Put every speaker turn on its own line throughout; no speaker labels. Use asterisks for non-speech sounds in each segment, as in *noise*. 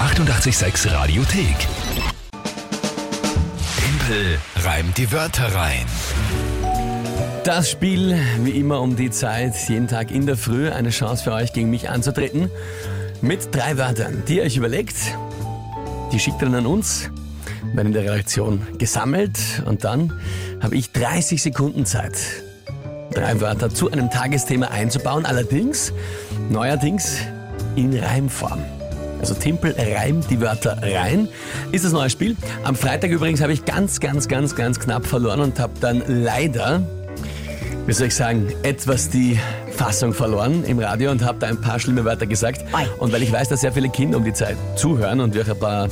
886 Radiothek. Impel reimt die Wörter rein.
Das Spiel, wie immer um die Zeit, jeden Tag in der Früh, eine Chance für euch, gegen mich anzutreten. Mit drei Wörtern, die ihr euch überlegt, die schickt ihr dann an uns, werden in der Redaktion gesammelt und dann habe ich 30 Sekunden Zeit, drei Wörter zu einem Tagesthema einzubauen, allerdings neuerdings in Reimform. Also Timpel reimt die Wörter rein. Ist das neue Spiel. Am Freitag übrigens habe ich ganz, ganz, ganz, ganz knapp verloren und habe dann leider wie soll ich sagen, etwas die Fassung verloren im Radio und habe da ein paar schlimme Wörter gesagt.
Oi.
Und weil ich weiß, dass sehr viele Kinder um die Zeit zuhören und wir auch ein paar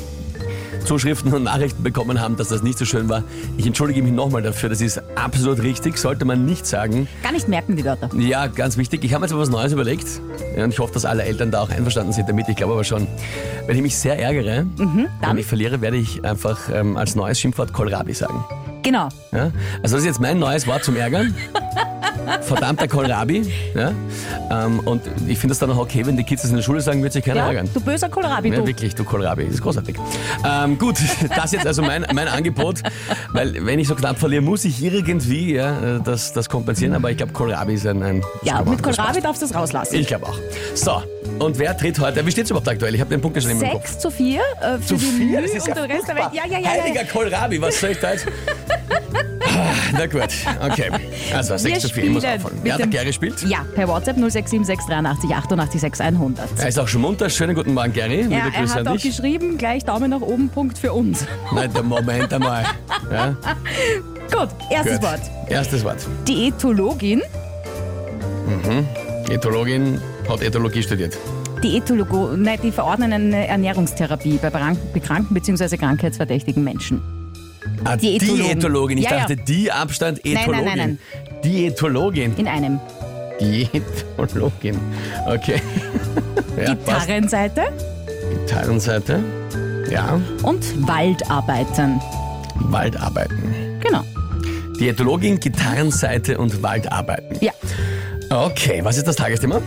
Zuschriften und Nachrichten bekommen haben, dass das nicht so schön war, ich entschuldige mich nochmal dafür. Das ist absolut richtig, sollte man nicht sagen.
Gar nicht merken die Wörter.
Ja, ganz wichtig. Ich habe mir jetzt mal was Neues überlegt. Ja, und ich hoffe, dass alle Eltern da auch einverstanden sind damit. Ich glaube aber schon, wenn ich mich sehr ärgere, wenn
Mhm, dann?
ich verliere, werde ich einfach ähm, als neues Schimpfwort Kohlrabi sagen.
Genau.
Ja? Also das ist jetzt mein neues Wort zum
*laughs*
Ärgern. Verdammter Kohlrabi. Ja? Ähm, und ich finde es dann auch okay, wenn die Kids das in der Schule sagen, wird sich keiner
Ja,
ärgern.
du böser Kohlrabi,
Ja,
du.
wirklich, du Kohlrabi, das ist großartig. Ähm, gut, *laughs* das jetzt also mein, mein Angebot, weil wenn ich so knapp verliere, muss ich irgendwie ja, äh, das, das kompensieren, aber ich glaube, Kohlrabi ist ein... ein
ja,
super
mit
Wort.
Kohlrabi darfst du es rauslassen.
Ich glaube auch. So, und wer tritt heute? Wie steht es überhaupt aktuell? Ich habe den Punkt geschrieben im Kopf.
6 zu 4 äh, für
Zu
die
viel?
Mühe
Das ist
und
ja
den Rest der Welt.
furchtbar.
Ja, ja, ja. ja,
Heiliger
ja.
Kohlrabi, was soll ich da
*laughs*
jetzt? Na gut, okay. Also 6 zu 4, ich muss aufholen.
mit
Ja, der
dem-
Gary spielt.
Ja, per WhatsApp 0676 83
Äh,
88 6100.
Er ist auch schon munter. Schönen guten Morgen, Gary.
Ja,
Liebe
er
Grüße
hat
an
auch
dich.
geschrieben, gleich Daumen nach oben, Punkt für uns. *laughs*
Nein, der Moment einmal. Ja,
Gut, erstes
gut.
Wort.
Erstes Wort.
Diätologin.
Ethologin hat Ethologie studiert.
Diätologo, nein, die verordnen eine Ernährungstherapie bei krank- kranken bzw. krankheitsverdächtigen Menschen.
Ah,
Diätologin.
Diätologin. Ich
Ja, ja.
dachte, die Abstand
nein,
Ethologin.
nein,
Diätologin.
In einem
Diätologin. Okay. *laughs* Ja, passt.
Gitarrenseite
Gitarrenseite. Ja.
und Waldarbeitern.
Waldarbeiten.
Genau.
Diätologin, Gitarrenseite und Waldarbeiten.
Ja.
Okay, was ist das Tagesthema?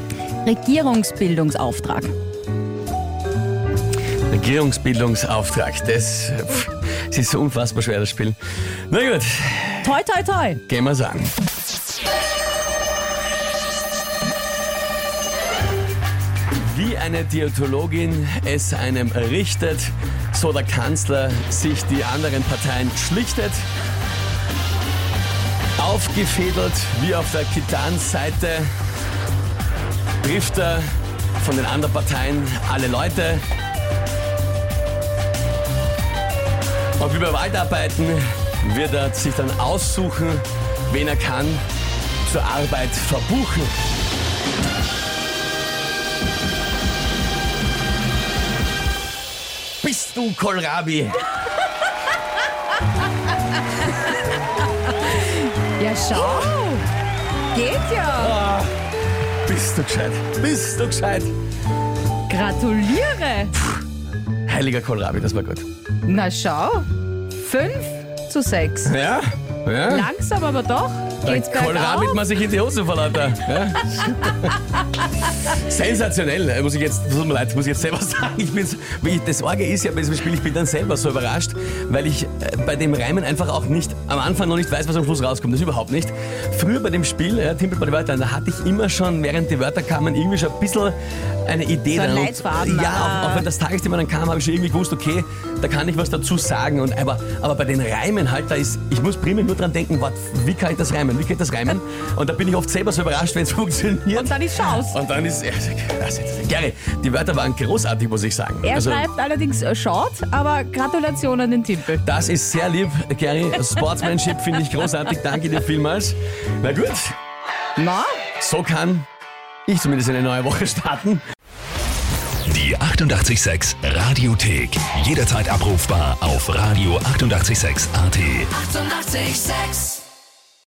Regierungsbildungsauftrag.
Regierungsbildungsauftrag. Das, pff, es ist so unfassbar schwer, das Spiel. Na gut,
Toi, toi, toi.
gehen wir's an. Wie eine Diätologin es einem richtet, so der Kanzler sich die anderen Parteien schlichtet. Aufgefädelt wie auf der Gitarrenseite trifft er von den anderen Parteien alle Leute. Und wie bei Waldarbeiten wird er sich dann aussuchen, wen er kann zur Arbeit verbuchen. Bist du Kohlrabi?
Ja, schau. Geht ja.
Bist du gescheit? Bist du gescheit?
Gratuliere.
Heiliger Kohlrabi, das war gut.
Na, schau. 5 zu 6.
Ja? Ja?
Langsam aber doch.
Bei
Geht's
Kohlrabi hat
bergauf.
man sich in die Hose verlautert. Ja? *laughs* Sensationell, äh, muss ich jetzt, tut mir leid, muss ich jetzt selber *laughs* sagen. Ich bin's, wie ich, das Orge ist ja bei diesem Spiel, ich bin dann selber so überrascht, weil ich äh, bei dem Reimen einfach auch nicht, am Anfang noch nicht weiß, was am Schluss rauskommt, das überhaupt nicht. Früher bei dem Spiel, äh, Timpel bei den Wörtern, da hatte ich immer schon, während die Wörter kamen, irgendwie schon ein bisschen eine Idee.
So ein
dann. Und,
Leitfaden,
äh, ja,
ah.
auch, auch wenn das Tagesthema dann kam, habe ich schon irgendwie gewusst, okay, da kann ich was dazu sagen. Und, aber, aber bei den Reimen halt, da ist, ich muss primär nur dran denken, wat, wie kann ich das reimen, wie kann ich das reimen? Und da bin ich oft selber so überrascht, wenn es *laughs* funktioniert.
Und dann ist Schaus.
Und dann ist. Also, Gary, die Wörter waren großartig, muss ich sagen.
Er
Also,
schreibt allerdings äh, schaut, aber Gratulation an den Timpel.
das ist sehr lieb, Gary. Sportsmanship finde ich großartig. Danke dir vielmals. Na gut,
Na?
so kann ich zumindest in eine neue Woche starten.
Die 886 Radiothek. Jederzeit abrufbar auf radio886.at. 886!
886